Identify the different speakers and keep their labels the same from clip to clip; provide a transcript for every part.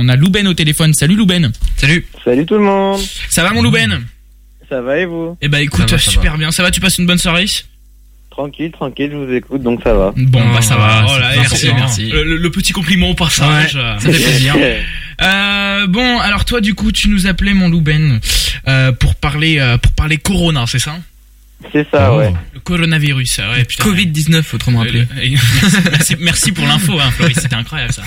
Speaker 1: On a Louben au téléphone. Salut Louben.
Speaker 2: Salut.
Speaker 3: Salut tout le monde.
Speaker 1: Ça va mon Louben
Speaker 3: Ça va et vous
Speaker 1: Eh bah écoute,
Speaker 2: Mmh. Ça va, ça
Speaker 1: super bien. Ça va, tu passes une bonne soirée
Speaker 3: Tranquille, tranquille, je vous écoute, donc ça va.
Speaker 1: Bon,
Speaker 2: Oh,
Speaker 1: bah ça va.
Speaker 2: c'est
Speaker 1: Oh là,
Speaker 2: important.
Speaker 1: merci,
Speaker 2: Merci.
Speaker 1: Le, le- le petit compliment au passage. Euh,
Speaker 2: Ça fait plaisir.
Speaker 1: Euh, bon, alors toi du coup, tu nous appelais mon Louben euh, pour parler euh, pour parler Corona, c'est ça
Speaker 3: C'est ça, ouais.
Speaker 1: Le coronavirus. ah Ouais, putain.
Speaker 2: Covid-19, Ah. autrement appelé.
Speaker 1: Euh, le- merci, merci pour l'info, hein, Floris, c'était incroyable ça.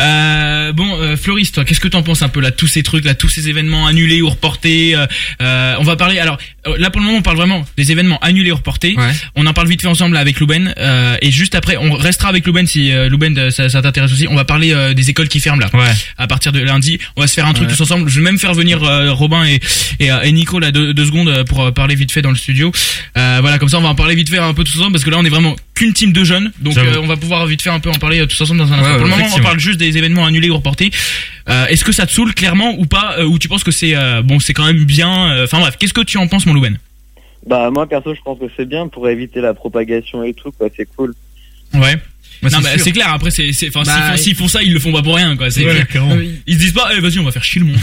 Speaker 1: Euh, bon, euh, Floris, toi, qu'est-ce que t'en penses un peu là, tous ces trucs, là, tous ces événements annulés ou reportés euh, euh, On va parler. Alors euh, là, pour le moment, on parle vraiment des événements annulés ou reportés.
Speaker 2: Ouais.
Speaker 1: On en parle vite fait ensemble là, avec Louben, euh, et juste après, on restera avec Louben si euh, Louben euh, ça, ça t'intéresse aussi. On va parler euh, des écoles qui ferment là
Speaker 2: Ouais.
Speaker 1: à partir de lundi. On va se faire un truc
Speaker 2: Ouais.
Speaker 1: tous ensemble. Je vais même faire venir euh, Robin et, et, euh, et Nico là deux, deux secondes euh, pour euh, parler vite fait dans le studio. Euh, voilà, comme ça on va en parler vite fait un peu tous ensemble parce que là on est vraiment qu'une team de jeunes. Donc
Speaker 2: J'avoue.
Speaker 1: euh, on va pouvoir vite fait un peu en parler euh, tous ensemble dans un instant.
Speaker 2: Ouais,
Speaker 1: pour le moment on
Speaker 2: effectivement.
Speaker 1: parle juste des événements annulés ou reportés. Euh, Est-ce que ça te saoule clairement ou pas euh, Ou tu penses que c'est euh, bon c'est quand même bien euh, Enfin bref, qu'est-ce que tu en penses mon Louben
Speaker 3: Bah moi perso, je pense que c'est bien pour éviter la propagation et tout, quoi. C'est cool.
Speaker 1: Ouais.
Speaker 2: Bah,
Speaker 1: non
Speaker 2: c'est
Speaker 1: mais
Speaker 2: sûr.
Speaker 1: c'est clair. Après c'est c'est- enfin s'ils font,
Speaker 2: Bah,
Speaker 1: s'ils font ça ils le font pas pour rien quoi. C'est-
Speaker 2: Euh,
Speaker 1: Ils se disent pas eh, vas-y on va faire chier le monde.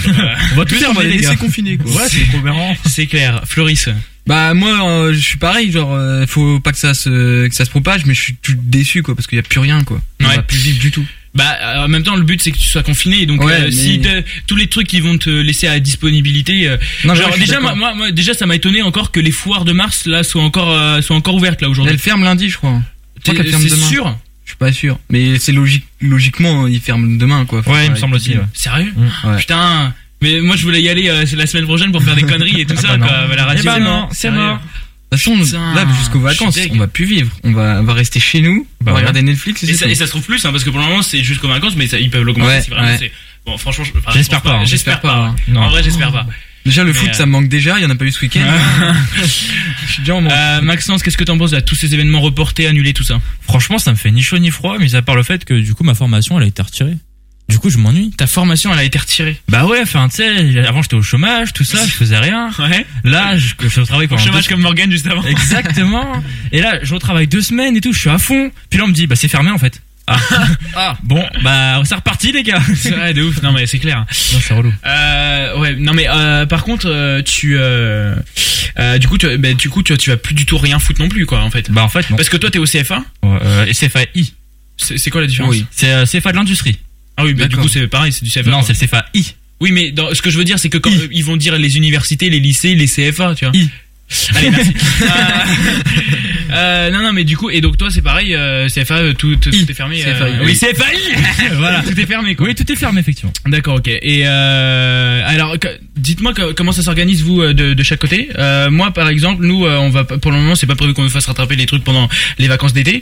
Speaker 1: on va tout faire
Speaker 4: on va les laisser
Speaker 1: confiner
Speaker 4: quoi. Ouais, c'est trop marrant.
Speaker 1: C'est clair, Floris.
Speaker 2: Bah moi euh, je suis pareil genre euh, faut pas que ça se que ça se propage mais je suis tout déçu quoi parce qu'il y a plus rien quoi. On
Speaker 1: Ouais.
Speaker 2: va plus vivre du tout.
Speaker 1: Bah euh, en même temps le but c'est que tu sois confiné donc
Speaker 2: Ouais,
Speaker 1: euh,
Speaker 2: mais-
Speaker 1: si t'as- tous les trucs qui vont te laisser à disponibilité euh,
Speaker 2: Non, mais
Speaker 1: genre
Speaker 2: ouais, je suis
Speaker 1: déjà
Speaker 2: d'accord.
Speaker 1: moi, moi moi, déjà ça m'a étonné encore que les foires de mars là soient encore euh, soient encore ouvertes là aujourd'hui.
Speaker 2: elle ferme lundi je crois. Je crois
Speaker 1: T'es-
Speaker 2: qu'elle ferme
Speaker 1: C'est
Speaker 2: demain.
Speaker 1: sûr
Speaker 2: Je suis pas sûr mais c'est logique logiquement ils ferment demain quoi. Faut
Speaker 4: Ouais, il me
Speaker 2: pas-
Speaker 4: semble aussi. ouais.
Speaker 1: Sérieux
Speaker 2: Ouais.
Speaker 1: Putain mais moi je voulais y aller euh, c'est la semaine prochaine pour faire des conneries et tout ça
Speaker 4: bah non.
Speaker 1: quoi, bah, la radio.
Speaker 4: Eh bah non, c'est
Speaker 1: sérieux.
Speaker 4: mort.
Speaker 2: De toute façon
Speaker 1: Putain,
Speaker 2: là jusqu'aux
Speaker 1: je suis
Speaker 2: vacances
Speaker 1: deg.
Speaker 2: on va plus vivre. On va on va rester chez nous.
Speaker 4: Bah
Speaker 2: on va
Speaker 4: ouais.
Speaker 2: regarder Netflix.
Speaker 1: Et
Speaker 2: c'est
Speaker 1: ça,
Speaker 2: tout.
Speaker 1: et ça se trouve plus hein, parce que pour le moment c'est jusqu'aux vacances mais ça, ils peuvent l'augmenter
Speaker 2: Ouais,
Speaker 1: si vraiment
Speaker 2: ouais.
Speaker 1: c'est bon franchement je- enfin,
Speaker 4: J'espère
Speaker 1: je pense
Speaker 4: pas, hein,
Speaker 1: j'espère pas.
Speaker 4: Non.
Speaker 1: En vrai j'espère pas.
Speaker 2: Déjà le
Speaker 1: Mais,
Speaker 2: foot
Speaker 1: euh,
Speaker 2: ça me manque déjà il y en a pas eu ce week-end. je suis déjà en manque.
Speaker 1: Euh, Maxence qu'est-ce que t'en penses de tous ces événements reportés annulés tout ça
Speaker 4: Franchement, ça me fait ni chaud ni froid, mis à part le fait que du coup ma formation elle a été retirée. Du coup, je m'ennuie.
Speaker 1: Ta formation elle a été retirée.
Speaker 4: Bah ouais, enfin, tu sais, avant j'étais au chômage, tout ça, je faisais rien.
Speaker 1: Ouais.
Speaker 4: Là, je, je suis au travail
Speaker 1: Au
Speaker 4: pendant
Speaker 1: chômage
Speaker 4: deux-
Speaker 1: comme Morgan juste avant.
Speaker 4: Exactement. Et là, je retravaille deux semaines et tout, je suis à fond. Puis là, on me dit, bah c'est fermé en fait. Ah. Bon, bah c'est reparti les gars.
Speaker 1: C'est vrai, de ouf. Non mais c'est clair. hein.
Speaker 4: Non, c'est relou.
Speaker 1: Euh, ouais. Non mais euh, par contre, euh, tu, euh, euh, du coup, tu, bah, du coup, tu, tu vas plus du tout rien foutre non plus, quoi, en fait.
Speaker 4: Bah en fait, non.
Speaker 1: Parce que toi, t'es au CFA.
Speaker 4: Ouais, euh, CFAI.
Speaker 1: C'est c'est quoi la différence
Speaker 2: Oui.
Speaker 4: C'est euh, CFA de l'industrie.
Speaker 1: Ah oui, bah, du
Speaker 2: D'accord.
Speaker 1: coup, c'est pareil, c'est du CFA.
Speaker 4: Non,
Speaker 1: quoi.
Speaker 4: c'est le CFAI.
Speaker 1: Oui, mais dans- ce que je veux dire, c'est que quand
Speaker 4: I.
Speaker 1: euh, ils vont dire les universités, les lycées, les CFA, tu vois.
Speaker 4: I.
Speaker 1: Allez, merci. Euh, euh, non, non, mais du coup, et donc toi, c'est pareil, euh, CFA, euh, tout, tout,
Speaker 2: I.
Speaker 1: tout est fermé.
Speaker 2: CFA,
Speaker 1: euh,
Speaker 2: oui.
Speaker 1: oui, CFA. voilà, tout est fermé, quoi.
Speaker 4: Oui, tout est fermé effectivement.
Speaker 1: D'accord, ok. Et euh, alors, que- dites-moi que- comment ça s'organise vous euh, de, de chaque côté. Euh, moi, par exemple, nous, euh, on va pas- pour le moment, c'est pas prévu qu'on nous fasse rattraper les trucs pendant les vacances d'été.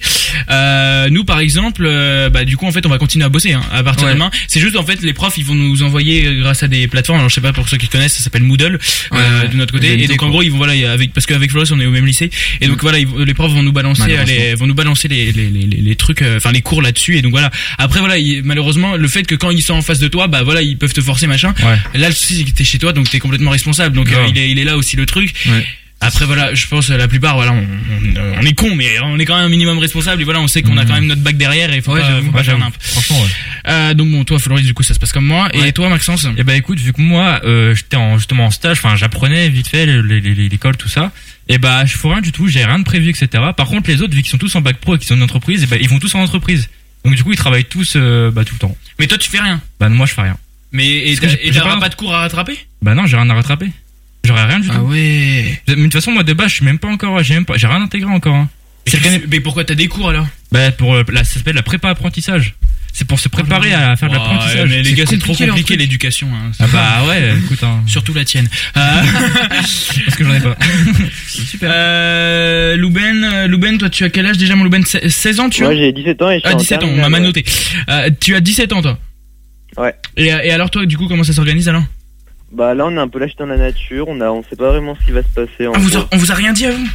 Speaker 1: Euh, nous, par exemple, euh, bah du coup, en fait, on va continuer à bosser hein, à partir
Speaker 2: Ouais.
Speaker 1: de demain. C'est juste en fait, les profs, ils vont nous envoyer euh, grâce à des plateformes. Alors, je sais pas pour ceux qui connaissent, ça s'appelle Moodle euh,
Speaker 2: Ouais,
Speaker 1: de notre côté.
Speaker 2: VMT,
Speaker 1: Et donc, en
Speaker 2: quoi.
Speaker 1: gros, ils vont voilà, avec parce qu'avec Floris, on est au même lycée. Et
Speaker 2: Mm.
Speaker 1: donc voilà, ils vont- les profs vont nous balancer euh, les vont nous balancer les les les, les- les trucs, euh, enfin les cours là-dessus. Et donc voilà. Après voilà, il- malheureusement, le fait que quand ils sont en face de toi, bah voilà, ils peuvent te forcer machin.
Speaker 4: Ouais.
Speaker 1: Là, le souci c'est que t'es chez toi, donc t'es complètement responsable. Donc euh,
Speaker 4: Ouais.
Speaker 1: il est il est là aussi le truc.
Speaker 2: Ouais.
Speaker 1: Après voilà, je pense euh, la plupart voilà, on, on- on est con, mais euh, on est quand même un minimum responsable. Et voilà, on sait qu'on a
Speaker 4: Mhm.
Speaker 1: quand même notre bac derrière et faut
Speaker 2: Ouais,
Speaker 1: pas,
Speaker 2: j'avoue.
Speaker 1: faut pas
Speaker 4: Ouais,
Speaker 1: faire
Speaker 4: j'avoue.
Speaker 1: n'importe
Speaker 4: Franchement, ouais.
Speaker 1: euh, donc bon, toi Floris, du coup ça se passe comme moi.
Speaker 4: Ouais.
Speaker 1: Et toi Maxence
Speaker 4: Eh ben écoute, vu que moi euh, j'étais en, justement en stage, enfin j'apprenais vite fait le- le- le- l'école tout ça. Et bah je fais rien du tout, j'ai rien de prévu etc. Par contre les autres vu qu'ils sont tous en bac pro et qu'ils sont en entreprise, et ben ils vont tous en entreprise. Donc du coup ils travaillent tous euh, bah tout le temps.
Speaker 1: Mais toi tu fais rien.
Speaker 4: Bah moi je fais rien.
Speaker 1: Mais et
Speaker 4: Parce que
Speaker 1: t'as-
Speaker 4: j'ai-
Speaker 1: et
Speaker 4: j'ai
Speaker 1: t'auras
Speaker 4: pas-
Speaker 1: pas de cours à rattraper
Speaker 4: Bah non j'ai rien à rattraper. J'aurais rien du tout.
Speaker 2: Ah ouais.
Speaker 4: Mais de toute façon moi de base je suis même pas encore, j'ai même pas, j'ai rien intégré encore. hein.
Speaker 1: Mais
Speaker 4: C'est le
Speaker 1: qu'est-ce-
Speaker 4: canap-
Speaker 1: Mais pourquoi t'as des cours alors
Speaker 4: Bah pour euh, la, ça s'appelle la prépa apprentissage. C'est pour se préparer à faire de
Speaker 1: Ah Ouais,
Speaker 4: l'apprentissage.
Speaker 1: Mais les gars, c'est trop
Speaker 2: compliqué, leur
Speaker 1: compliqué
Speaker 2: truc.
Speaker 1: l'éducation. hein.
Speaker 4: Ah bah ouais écoute hein,
Speaker 1: Surtout la tienne. Euh,
Speaker 4: parce que j'en ai pas.
Speaker 1: euh, Louben, euh, Louben, toi tu as quel âge déjà mon Louben Se- 16 ans tu as
Speaker 3: Moi j'ai 17 ans et je suis
Speaker 1: Ah
Speaker 3: en
Speaker 1: 17 ans,
Speaker 3: terminale,
Speaker 1: maman
Speaker 3: ouais.
Speaker 1: noté. Euh, tu as 17 ans toi
Speaker 3: Ouais.
Speaker 1: Et, euh, et alors toi du coup comment ça s'organise alors
Speaker 3: Bah là on est un peu lâché dans la nature, on a on sait pas vraiment ce qui va se passer en
Speaker 1: Ah, vous a-
Speaker 3: gros.
Speaker 1: On vous a rien dit à vous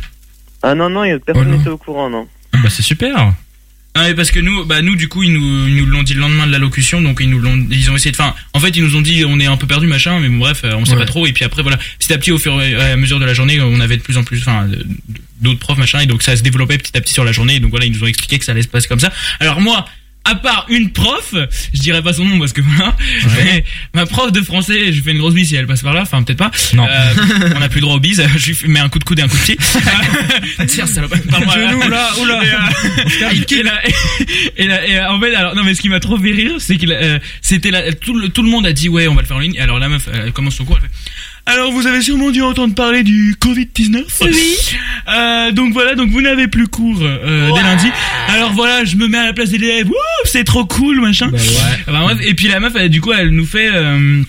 Speaker 3: Ah non non, y a-
Speaker 4: Oh
Speaker 3: personne
Speaker 4: non.
Speaker 3: n'était au courant non.
Speaker 4: bah c'est super.
Speaker 1: Ah mais parce que nous, bah nous du coup ils nous, ils nous l'ont dit le lendemain de l'allocution, donc ils nous l'ont, ils ont essayé de, enfin, en fait ils nous ont dit on est un peu perdu machin, mais bon, bref, euh, on sait
Speaker 2: Ouais.
Speaker 1: pas trop et puis après voilà, petit à petit au fur et à mesure de la journée, on avait de plus en plus, enfin, de- d'autres profs machin et donc ça se développait petit à petit sur la journée, et donc voilà ils nous ont expliqué que ça allait se passer comme ça. Alors moi, à part une prof, je dirais pas son nom parce que voilà, mais ma prof de français, je lui fais une grosse bise si elle passe par là, enfin peut-être pas.
Speaker 4: Non.
Speaker 1: Euh, on n'a plus le droit aux bises, je lui mets un coup de coude et un coup de pied. Tiens, salope, parle-moi là.
Speaker 2: là,
Speaker 1: Et, euh, et là, et là- et, euh, en fait, alors non, mais ce qui m'a trop fait rire, c'est qu'il, euh, c'était là, tout le, tout le monde a dit ouais, on va le faire en ligne. Et alors la meuf, elle commence son cours, elle fait. Alors vous avez sûrement dû entendre parler du Covid 19. Oui. donc voilà, donc vous n'avez plus cours euh, dès lundi. Alors voilà, je me mets à la place des élèves. Wouh, c'est trop cool, machin. Ah bah, bref, et puis la meuf, elle, du coup, elle nous fait. euh,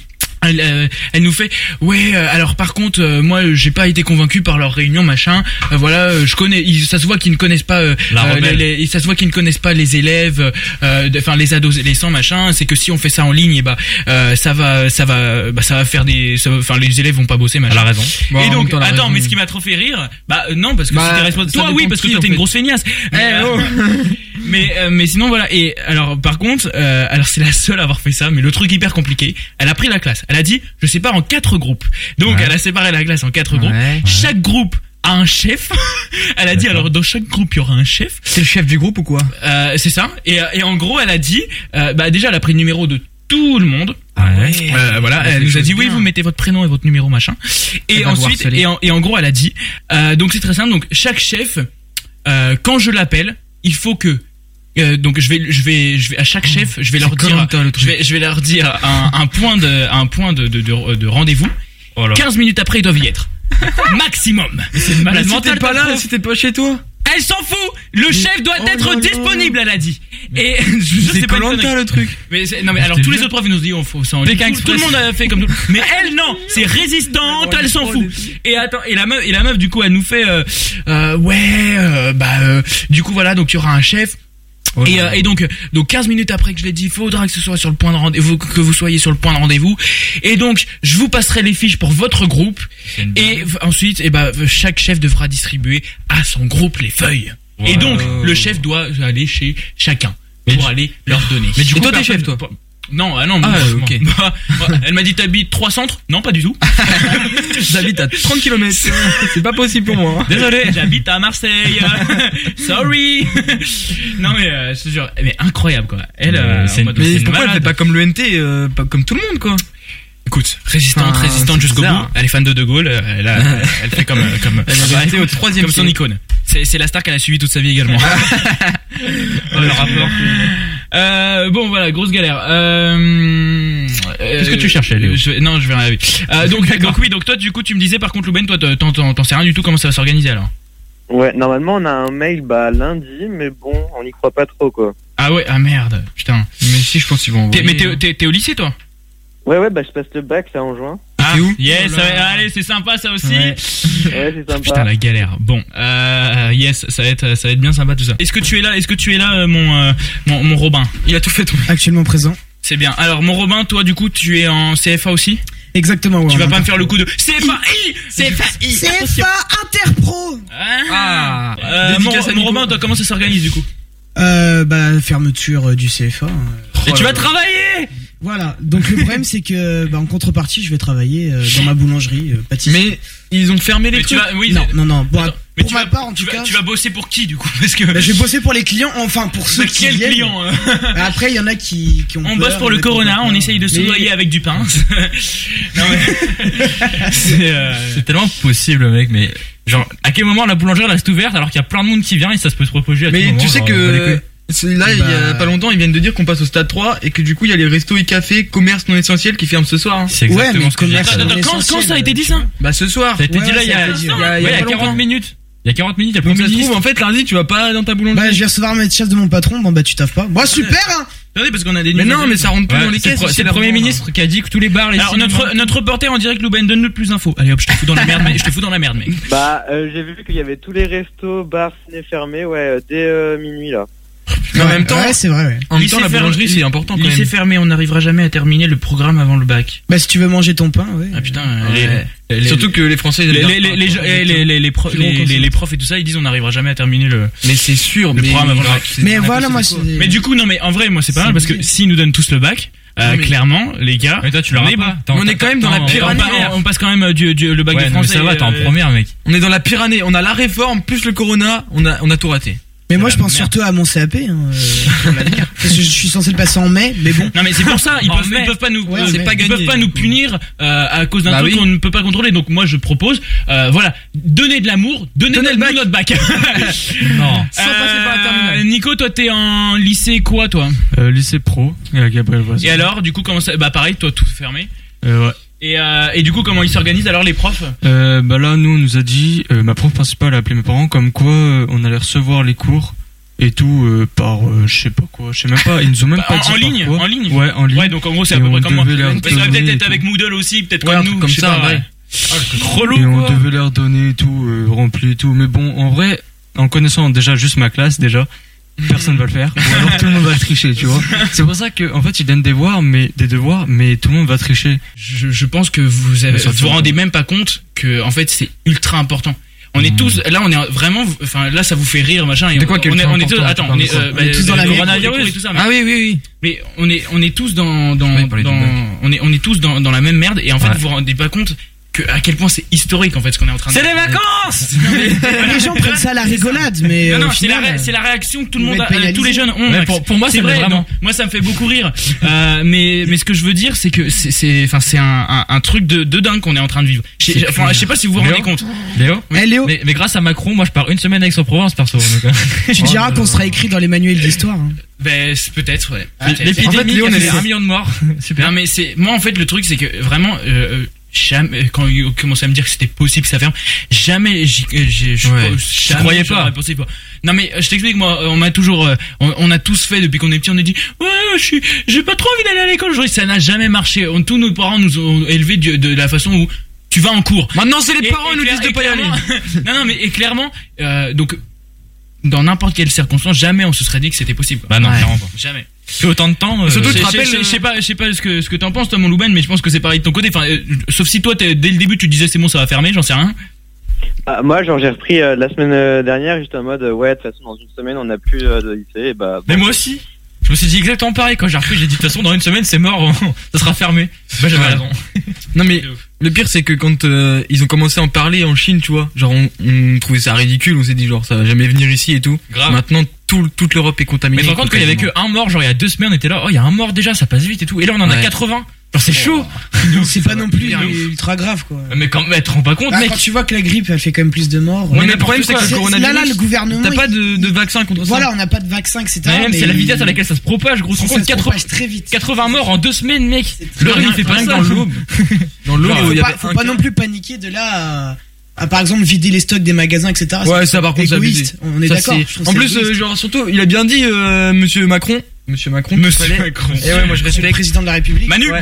Speaker 1: elle, euh, elle nous fait ouais euh, alors par contre euh, moi euh, j'ai pas été convaincu par leur réunion machin Euh, voilà euh, je connais ils- ça se voit qu'ils ne connaissent pas euh,
Speaker 4: La
Speaker 1: euh,
Speaker 4: rebelle.
Speaker 1: les- les- ça se voit qu'ils ne connaissent pas les élèves euh, de- enfin les adolescents machin c'est que si on fait ça en ligne et bah euh, ça va ça va bah, ça va faire des ça va- enfin les élèves vont pas bosser
Speaker 4: Elle
Speaker 1: machin
Speaker 4: a raison.
Speaker 1: et donc, attends, mais ce qui m'a trop fait rire, bah euh, non, parce que
Speaker 2: Bah,
Speaker 1: c'était responsable.
Speaker 2: ça
Speaker 1: Toi,
Speaker 2: dépend
Speaker 1: oui,
Speaker 2: de
Speaker 1: parce que
Speaker 2: qui,
Speaker 1: toi,
Speaker 2: en
Speaker 1: t'es une
Speaker 2: fait. Eh, oh.
Speaker 1: grosse feignasse. Mais, euh, mais, euh, mais sinon, voilà. Et alors, par contre, euh, alors c'est la seule à avoir fait ça, mais le truc hyper compliqué, elle a pris la classe. Elle a dit, je sépare en quatre groupes. Donc,
Speaker 4: Ouais.
Speaker 1: elle a séparé la classe en quatre groupes. Chaque groupe a un chef. elle a dit,
Speaker 4: D'accord.
Speaker 1: alors, dans chaque groupe, il y aura un chef.
Speaker 2: C'est le chef du groupe ou quoi
Speaker 1: Euh, c'est ça. Et, euh, et en gros, elle a dit, euh, bah déjà, elle a pris le numéro de tout le monde.
Speaker 4: Ah
Speaker 1: Euh, voilà,
Speaker 2: Elle fait
Speaker 1: elle
Speaker 2: les
Speaker 1: nous a
Speaker 2: choses
Speaker 1: dit oui,
Speaker 2: Bah, bien.
Speaker 1: vous mettez votre prénom et votre numéro machin. Et
Speaker 2: va vous
Speaker 1: ensuite,
Speaker 2: harceler.
Speaker 1: et en, et en gros, elle a dit euh, donc c'est très simple. Donc chaque chef, euh, quand je l'appelle, il faut que euh, donc je vais, je vais, je vais à
Speaker 2: Mmh.
Speaker 1: chaque chef, je vais leur dire,
Speaker 2: le
Speaker 1: je vais, je vais leur dire un, un point de, un point de, de, de, de rendez-vous.
Speaker 4: Oh là.
Speaker 1: 15 minutes après, ils doivent y être. Maximum. C'est une
Speaker 2: Mais
Speaker 1: maladie
Speaker 2: si t'es
Speaker 1: mentale,
Speaker 2: pas
Speaker 1: ta
Speaker 2: là,
Speaker 1: prof.
Speaker 2: si t'es pas chez toi,
Speaker 1: Elle s'en fout. Le chef doit
Speaker 2: oh
Speaker 1: être
Speaker 2: là là.
Speaker 1: disponible, elle a dit. Et je, je
Speaker 2: c'est
Speaker 1: sais pas. une connerie.
Speaker 2: Colanta le truc.
Speaker 1: Mais c'est- non mais
Speaker 4: Mais
Speaker 1: alors
Speaker 4: je te
Speaker 1: tous les
Speaker 4: jure.
Speaker 1: autres profs ils nous disent on faut ça en
Speaker 4: Pékin
Speaker 1: ligne. tout, tout le
Speaker 4: Express.
Speaker 1: monde a fait comme tout mais elle non c'est résistante elle s'en fout et attends et la meuf et la meuf du coup elle nous fait euh, euh, ouais euh, bah euh, du coup voilà donc il y aura un chef et, euh, et donc euh, donc 15 minutes après que je l'ai dit, faudra que ce soit sur le point de rendez-vous que vous soyez sur le point de rendez-vous. Et donc je vous passerai les fiches pour votre groupe et v- ensuite et ben chaque chef devra distribuer à son groupe les feuilles. Et donc le chef doit aller chez chacun
Speaker 4: Mais
Speaker 1: pour
Speaker 4: du-
Speaker 1: aller leur donner.
Speaker 2: Mais du coup,
Speaker 1: t'es
Speaker 2: personne-
Speaker 1: toi non, ah non,
Speaker 2: Ah,
Speaker 1: mais-
Speaker 2: ok. Ah,
Speaker 1: Bah, bah, elle m'a dit t'habites trois centres Non, pas du tout.
Speaker 2: J'habite à 30 km. C'est pas possible pour moi.
Speaker 1: Désolé. J'habite à Marseille. Sorry. non mais euh, je te jure, mais incroyable quoi. Elle,
Speaker 4: Mais
Speaker 1: euh,
Speaker 4: c'est
Speaker 1: en
Speaker 4: une-
Speaker 1: mode,
Speaker 2: Mais
Speaker 1: une
Speaker 2: pourquoi elle fait
Speaker 1: malade.
Speaker 2: pas comme l'ENT, euh, pas comme tout le monde quoi
Speaker 1: Écoute, résistante,
Speaker 2: Enfin,
Speaker 1: résistante
Speaker 2: c'est
Speaker 1: jusqu'au bout.
Speaker 2: bizarre.
Speaker 1: hein. Elle est fan de De Gaulle. euh, Elle, a- elle fait comme euh, comme
Speaker 2: Elle est restée au troisième
Speaker 1: comme son icône. C'est c'est la star qu'elle a suivie toute sa vie également.
Speaker 4: Oh, le rapport.
Speaker 1: Euh, bon voilà, grosse galère. Euh,
Speaker 4: Qu'est-ce que tu cherchais, Léo
Speaker 1: je, Non, je vais rien. Euh, donc, donc oui, donc toi du coup tu me disais par contre Louben, toi t'en- t'en t'en sais rien du tout comment ça va s'organiser alors
Speaker 3: Ouais, normalement on a un mail bah lundi, mais bon, on n'y croit pas trop quoi.
Speaker 1: Ah ouais, ah merde, putain.
Speaker 2: Mais si, je pense qu'ils vont
Speaker 1: T'es-
Speaker 2: envoyer.
Speaker 1: mais t'es, t'es- t'es au lycée toi
Speaker 3: Ouais, ouais, bah je passe le bac là en juin.
Speaker 1: Ah,
Speaker 2: t'es où
Speaker 1: Yes,
Speaker 2: Oh là
Speaker 1: ouais,
Speaker 2: là.
Speaker 1: allez, c'est sympa ça aussi.
Speaker 2: Ouais.
Speaker 3: Ouais, c'est
Speaker 1: Putain
Speaker 3: sympa.
Speaker 1: la galère. Bon, euh, yes, ça va être, ça va être bien sympa tout ça. Est-ce que tu es là Est-ce que tu es là, euh, mon, euh, mon, mon Robin
Speaker 2: Il a tout fait
Speaker 5: Actuellement présent.
Speaker 1: C'est bien. Alors mon Robin, toi du coup, tu es en CFA aussi
Speaker 5: Exactement, ouais.
Speaker 1: Tu vas pas me faire le coup de CFA I, CFA I.
Speaker 5: CFA Interpro
Speaker 1: Ah.
Speaker 2: Ah.
Speaker 1: Euh, mon,
Speaker 2: Dédicace à
Speaker 1: mon
Speaker 2: Nico.
Speaker 1: Robin, toi comment ça s'organise du coup
Speaker 5: euh, Bah, fermeture euh, du CFA. hein.
Speaker 1: Et tu vas travailler
Speaker 5: Voilà, donc le problème c'est que bah, en contrepartie, je vais travailler euh, dans ma boulangerie, euh, pâtisserie.
Speaker 2: Mais ils ont fermé les
Speaker 1: Mais tu
Speaker 2: trucs.
Speaker 1: vas, oui.
Speaker 5: non, non, non, pour,
Speaker 1: Attends, mais
Speaker 5: pour
Speaker 1: tu
Speaker 5: ma
Speaker 1: vas-
Speaker 5: part en
Speaker 1: Tu
Speaker 5: tout
Speaker 1: vas,
Speaker 5: cas,
Speaker 1: tu vas bosser pour qui du coup Parce que
Speaker 5: bah, je vais bosser pour les clients, enfin pour ceux
Speaker 1: Mais
Speaker 5: qui
Speaker 1: quel
Speaker 5: viennent.
Speaker 1: client hein
Speaker 5: Mais Après, il y en a qui, qui ont
Speaker 1: On
Speaker 5: peur,
Speaker 1: bosse pour
Speaker 5: il
Speaker 1: le
Speaker 5: y en a qui ont
Speaker 1: corona,
Speaker 5: pas
Speaker 1: on
Speaker 5: peur.
Speaker 1: essaye de se
Speaker 5: Mais-
Speaker 1: noyer avec du pain. non mais. C'est. euh,
Speaker 4: C'est tellement possible, mec, mais genre, à quel moment la boulangerie reste ouverte alors qu'il y a plein de monde qui vient et ça se peut se reposer à tout
Speaker 2: Mais
Speaker 4: moment,
Speaker 2: tu sais
Speaker 4: genre, bah, les couilles.
Speaker 2: que c'est- là, il y a
Speaker 5: Bah.
Speaker 2: pas longtemps, ils viennent de dire qu'on passe au stade 3 et que du coup, il y a les restos et cafés, commerces non essentiels qui ferment ce soir. hein.
Speaker 4: C'est
Speaker 5: Ouais,
Speaker 4: exactement
Speaker 5: mais
Speaker 4: ce que j'ai
Speaker 5: commerce-
Speaker 4: dit.
Speaker 1: Attends, attends,
Speaker 5: c'est
Speaker 1: quand,
Speaker 5: l'essentiel,
Speaker 1: quand ça a été dit ça
Speaker 2: Bah ce soir.
Speaker 4: Ça a été
Speaker 5: Ouais,
Speaker 4: dit là il y a,
Speaker 5: ça a été dit,
Speaker 4: il y
Speaker 5: ouais.
Speaker 4: a- il y a
Speaker 2: Ouais, il y a
Speaker 4: 40
Speaker 2: longtemps.
Speaker 4: minutes. Il y a 40 minutes, il y a
Speaker 2: Donc
Speaker 4: plus
Speaker 2: ça se
Speaker 4: de
Speaker 2: trouve, en fait, lundi, tu vas pas dans ta boulangerie.
Speaker 5: Bah, je vais recevoir ma chef de mon patron. Bon, bah, tu taffes pas. Bah, super, hein!
Speaker 1: Attendez, parce qu'on a des
Speaker 2: mais
Speaker 1: news.
Speaker 2: non, mais ça rentre plus dans les caisses.
Speaker 4: C'est le
Speaker 2: la
Speaker 4: premier
Speaker 2: revente,
Speaker 4: ministre qui a dit que tous les bars, les
Speaker 1: Alors,
Speaker 4: cinémas-
Speaker 1: notre, notre reporter en direct, Louben, donne-nous plus d'infos. Allez hop, je te fous dans la merde, mec. Je te fous dans la merde, mec.
Speaker 3: Bah euh, j'ai vu qu'il y avait tous les restos, bars, ciné fermés, ouais, euh, dès euh, minuit là.
Speaker 2: Mais en
Speaker 5: Ouais,
Speaker 2: même temps,
Speaker 5: Ouais, c'est vrai, ouais.
Speaker 2: en même temps,
Speaker 1: lycée
Speaker 2: la
Speaker 1: ferme-
Speaker 2: boulangerie, c'est important quand
Speaker 1: Lycée
Speaker 2: même.
Speaker 1: fermé, on n'arrivera jamais à terminer le programme avant le bac.
Speaker 5: Bah, si tu veux manger ton pain, ouais.
Speaker 1: Ah putain,
Speaker 2: Ouais.
Speaker 1: les, les-
Speaker 2: Surtout que les Français, ils aiment
Speaker 1: les,
Speaker 2: bien
Speaker 1: les,
Speaker 2: le pain,
Speaker 1: les, les,
Speaker 2: quoi.
Speaker 1: les, les- les- les pro-
Speaker 2: Ils ont
Speaker 1: les- les-
Speaker 2: conscience.
Speaker 1: les profs et tout ça, ils disent on n'arrivera jamais à terminer le.
Speaker 2: Mais c'est sûr,
Speaker 1: Le
Speaker 2: mais
Speaker 1: programme avant le bac.
Speaker 2: c'est-
Speaker 5: Mais voilà, moi, c'est.
Speaker 1: Mais du coup, non, mais en vrai, moi, c'est pas
Speaker 5: C'est
Speaker 1: mal parce que
Speaker 5: obligé.
Speaker 1: s'ils nous donnent tous le bac, euh,
Speaker 2: Non, mais-
Speaker 1: clairement, les
Speaker 6: hein.
Speaker 1: gars.
Speaker 4: Mais toi, tu
Speaker 1: on
Speaker 4: l'auras
Speaker 1: est
Speaker 4: pas.
Speaker 1: bon.
Speaker 4: T'es en-
Speaker 2: On est quand même dans la
Speaker 4: t'es en-
Speaker 1: on-
Speaker 2: pire
Speaker 1: on,
Speaker 2: année.
Speaker 1: on- on passe quand même euh, du, du- le bac
Speaker 4: Ouais,
Speaker 1: de
Speaker 4: non, mais
Speaker 1: français.
Speaker 4: ça va, t'es en
Speaker 1: euh,
Speaker 4: première, mec.
Speaker 2: On est dans la pire année, on a la réforme plus le corona, on a on a tout raté.
Speaker 5: Mais
Speaker 4: C'est
Speaker 5: moi,
Speaker 4: la
Speaker 5: je pense
Speaker 4: merde.
Speaker 5: surtout à mon CAP. hein, euh, pour l'avenir. Parce que je suis censé le passer en mai, mais bon.
Speaker 1: Non mais c'est pour ça, ils
Speaker 4: En
Speaker 1: peuvent,
Speaker 4: mai.
Speaker 1: ils peuvent pas nous,
Speaker 5: Ouais,
Speaker 1: euh,
Speaker 5: c'est
Speaker 1: ils
Speaker 5: pas
Speaker 2: gagné,
Speaker 1: peuvent pas nous
Speaker 2: du coup.
Speaker 1: punir euh, à cause d'un
Speaker 2: Bah
Speaker 1: truc
Speaker 2: oui.
Speaker 1: qu'on ne peut pas contrôler. Donc moi je propose, euh, voilà, donner de l'amour, donner
Speaker 2: Donnez le
Speaker 1: notre-
Speaker 2: bac.
Speaker 1: nous notre bac.
Speaker 4: Non.
Speaker 2: Sans passer par la terminale.
Speaker 1: Euh, Nico, toi t'es en lycée quoi toi
Speaker 6: Euh, lycée pro, euh, Gabriel Voisin.
Speaker 1: Et alors, du coup comment ça Bah pareil, toi tout fermé.
Speaker 6: Euh, ouais.
Speaker 1: Et, euh, et du coup comment ils s'organisent alors les profs
Speaker 6: Euh, bah là, nous, on nous a dit, euh, ma prof principale a appelé mes parents comme quoi euh, on allait recevoir les cours et tout euh, par euh, je sais pas quoi, je sais même pas. Ils nous ont même
Speaker 1: Bah,
Speaker 6: pas
Speaker 1: en,
Speaker 6: dit
Speaker 1: en
Speaker 6: par
Speaker 1: ligne,
Speaker 6: quoi.
Speaker 1: en ligne.
Speaker 6: Ouais, en ligne.
Speaker 1: Ouais, donc en gros c'est à
Speaker 6: Et
Speaker 1: peu près
Speaker 6: on
Speaker 1: comme moi.
Speaker 6: devait leur
Speaker 1: Ils devraient peut-être
Speaker 6: donner et
Speaker 1: être avec
Speaker 6: tout.
Speaker 1: Moodle aussi, peut-être
Speaker 2: Ouais, un
Speaker 1: comme
Speaker 2: truc
Speaker 1: nous,
Speaker 2: comme
Speaker 1: je sais
Speaker 2: ça,
Speaker 1: pas,
Speaker 2: ouais.
Speaker 1: Relou
Speaker 6: Ah, et on
Speaker 1: quoi.
Speaker 6: devait leur donner et tout, euh, rempli et tout. Mais bon, en vrai, en connaissant déjà juste ma classe, déjà, personne va le faire. Ou alors tout le monde va tricher, tu vois. C'est pour ça que, en fait, ils donnent des devoirs, mais des devoirs, mais tout le monde va tricher.
Speaker 1: je, je pense que vous avez,
Speaker 6: Mais ça
Speaker 1: vous vous
Speaker 6: tourne.
Speaker 1: rendez même pas compte que en fait c'est ultra important. On est tous là, on est vraiment, enfin là ça vous fait rire machin. Et
Speaker 2: Mmh. De
Speaker 1: on-
Speaker 2: quoi
Speaker 1: on,
Speaker 2: qu'ultra
Speaker 1: est, on est tous,
Speaker 2: important,
Speaker 1: attends, on
Speaker 2: tu parles de
Speaker 1: est,
Speaker 2: quoi
Speaker 1: euh, bah,
Speaker 5: On est tous
Speaker 1: le
Speaker 5: dans la merde.
Speaker 1: coronavirus et tout ça. Mais,
Speaker 2: Ah oui, oui, oui.
Speaker 1: mais on est, on est tous dans, dans,
Speaker 2: Ouais, pour les
Speaker 1: dans-
Speaker 2: feedbacks.
Speaker 1: on est, on est tous dans, dans la même merde. Et en fait
Speaker 2: Ouais.
Speaker 1: vous vous rendez pas compte que à quel point c'est historique en fait ce qu'on est en train de.
Speaker 4: les vacances
Speaker 5: Les gens prennent ça à la rigolade, mais.
Speaker 1: Non,
Speaker 5: euh,
Speaker 1: non,
Speaker 5: au
Speaker 1: c'est la,
Speaker 5: final,
Speaker 1: ré- c'est la réaction que tout le
Speaker 5: ils
Speaker 1: monde,
Speaker 5: vont
Speaker 1: a-
Speaker 5: être
Speaker 1: euh, tous les jeunes ont.
Speaker 4: Mais
Speaker 1: Max.
Speaker 4: pour- pour moi,
Speaker 1: c'est
Speaker 4: ça m'est
Speaker 1: vrai.
Speaker 4: vraiment-
Speaker 1: donc, moi, ça me fait beaucoup rire. Euh, mais, mais ce que je veux dire, c'est que c'est, c'est, enfin, c'est un, un, un truc de, de dingue qu'on est en train de vivre. Je sais- Enfin, je sais pas si vous vous rendez
Speaker 4: Léo
Speaker 1: compte.
Speaker 4: Léo
Speaker 5: Eh, Léo,
Speaker 4: mais, mais grâce à Macron, moi je pars une semaine avec son Provence perso. donc, hein.
Speaker 5: tu diras qu'on sera écrit dans les manuels d'histoire. hein.
Speaker 1: Ben, c'est peut-être, ouais. Peut-être.
Speaker 4: L'épidémie,
Speaker 2: En fait, Léo,
Speaker 4: qui
Speaker 2: on
Speaker 4: a
Speaker 2: est-
Speaker 4: fait un million Ah, de morts.
Speaker 1: Non, mais c'est, moi, en fait, le truc, c'est que vraiment, euh, jamais, quand ils ont commencé à me dire que c'était possible que ça ferme, jamais, j'y, euh, j'ai- je,
Speaker 2: Ouais.
Speaker 1: jamais
Speaker 4: Tu croyais pas.
Speaker 1: j'aurais pensé, quoi. Non, mais euh, je t'explique, moi, euh, on m'a toujours, euh, on, on a tous fait depuis qu'on est petit, on a dit, ouais, je suis, j'ai pas trop envie d'aller à l'école aujourd'hui, ça n'a jamais marché. On, tous nos parents nous ont élevés du- de la façon où tu vas en cours.
Speaker 2: Maintenant, c'est les
Speaker 1: Et-
Speaker 2: parents
Speaker 1: et
Speaker 2: qui nous
Speaker 1: clair-
Speaker 2: disent de
Speaker 1: et
Speaker 2: pas y aller.
Speaker 1: clairement- non, non, mais, et clairement, euh, donc, dans n'importe quelle circonstance, jamais on se serait dit que c'était possible. quoi.
Speaker 4: Bah non,
Speaker 2: Ouais.
Speaker 4: clairement pas.
Speaker 1: Jamais.
Speaker 4: Fais autant de temps. euh,
Speaker 2: Surtout,
Speaker 1: Je
Speaker 2: tu te
Speaker 1: je-
Speaker 2: rappelles,
Speaker 1: je- je
Speaker 2: euh,
Speaker 1: sais pas, je sais pas ce que ce que t'en penses toi, mon Louban, mais je pense que c'est pareil de ton côté. Enfin, euh, sauf si toi, t'es- dès le début, tu disais c'est bon, ça va fermer, j'en sais rien.
Speaker 3: Ah, moi, genre, j'ai repris euh, la semaine euh, dernière, juste en mode, euh, ouais, de toute façon, dans une semaine, on n'a plus euh, de lycée, et bah,
Speaker 4: Mais moi aussi. Je me suis dit exactement pareil quand j'ai repris. J'ai dit de toute façon, dans une semaine, c'est mort. ça sera fermé. Bah, j'avais
Speaker 1: Ouais.
Speaker 4: raison.
Speaker 2: Non mais le pire c'est que quand euh, ils ont commencé à en parler en Chine, tu vois, genre on, on trouvait ça ridicule, on s'est dit genre ça va jamais venir ici et tout.
Speaker 4: Grave.
Speaker 2: Maintenant tout, toute l'Europe est
Speaker 4: Mais
Speaker 2: contaminée.
Speaker 4: tu te rends compte qu'il y avait que un mort, genre il y a deux semaines, on était là. Oh, il y a un mort déjà, ça passe vite et tout. Et là, on en a
Speaker 2: Ouais.
Speaker 4: 80. Genre, c'est chaud.
Speaker 5: C'est pas non plus
Speaker 4: de ouf.
Speaker 5: ultra grave, quoi.
Speaker 4: Mais quand même, te rends pas compte,
Speaker 5: Ah,
Speaker 4: Oh, mec.
Speaker 5: quand tu vois que la grippe, elle fait quand même plus de morts.
Speaker 2: Ouais,
Speaker 5: euh,
Speaker 2: mais le problème c'est
Speaker 4: n'importe
Speaker 2: que
Speaker 5: c'est-
Speaker 2: le
Speaker 5: c'est- là, là, le
Speaker 2: coronavirus,
Speaker 5: gouvernement.
Speaker 2: t'as pas
Speaker 5: il-
Speaker 2: de, de vaccin contre
Speaker 5: Voilà, on n'a pas de vaccin, etc.
Speaker 4: Mais même,
Speaker 5: mais
Speaker 4: c'est la vitesse à
Speaker 5: il-
Speaker 4: laquelle ça se propage, gros. Tu te
Speaker 5: ça
Speaker 4: rends compte,
Speaker 5: se propage
Speaker 4: 80
Speaker 5: très vite.
Speaker 4: 80 morts en deux semaines, mec.
Speaker 5: C'est très
Speaker 4: Le rien,
Speaker 2: rien
Speaker 4: il fait
Speaker 2: que
Speaker 4: pas ça.
Speaker 2: dans l'Aube. ça. Dans
Speaker 5: Faut
Speaker 2: l'Aube, il y
Speaker 5: pas,
Speaker 2: avait
Speaker 5: faut
Speaker 2: un
Speaker 5: pas
Speaker 2: cas.
Speaker 5: non plus paniquer de là à, à, par exemple vider les stocks des magasins, etc.
Speaker 2: Ouais, Ah, ça par contre c'est abusé.
Speaker 5: égoïste. On est
Speaker 2: Ça,
Speaker 5: d'accord.
Speaker 2: c'est-
Speaker 5: je trouve
Speaker 2: En
Speaker 5: que
Speaker 2: plus
Speaker 5: c'est
Speaker 2: euh,
Speaker 5: égoïste.
Speaker 2: genre surtout, il a bien dit euh, monsieur Macron, monsieur Macron, fallait-
Speaker 1: Macron.
Speaker 2: Eh ouais, moi je
Speaker 5: Monsieur le
Speaker 2: respecte.
Speaker 5: président de la République.
Speaker 1: Manu,
Speaker 2: Ouais.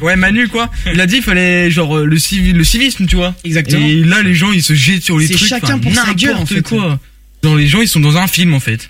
Speaker 2: Ouais, Manu quoi. Il a dit il fallait genre euh, le civi- le civisme, tu vois.
Speaker 5: Exactement.
Speaker 2: Et là, les gens, ils se jettent sur les
Speaker 5: C'est
Speaker 2: trucs.
Speaker 5: chacun
Speaker 2: enfin,
Speaker 5: pour sa gueule, en
Speaker 2: n'importe
Speaker 5: fait.
Speaker 2: quoi. Genre, les gens, ils sont dans un film, en fait.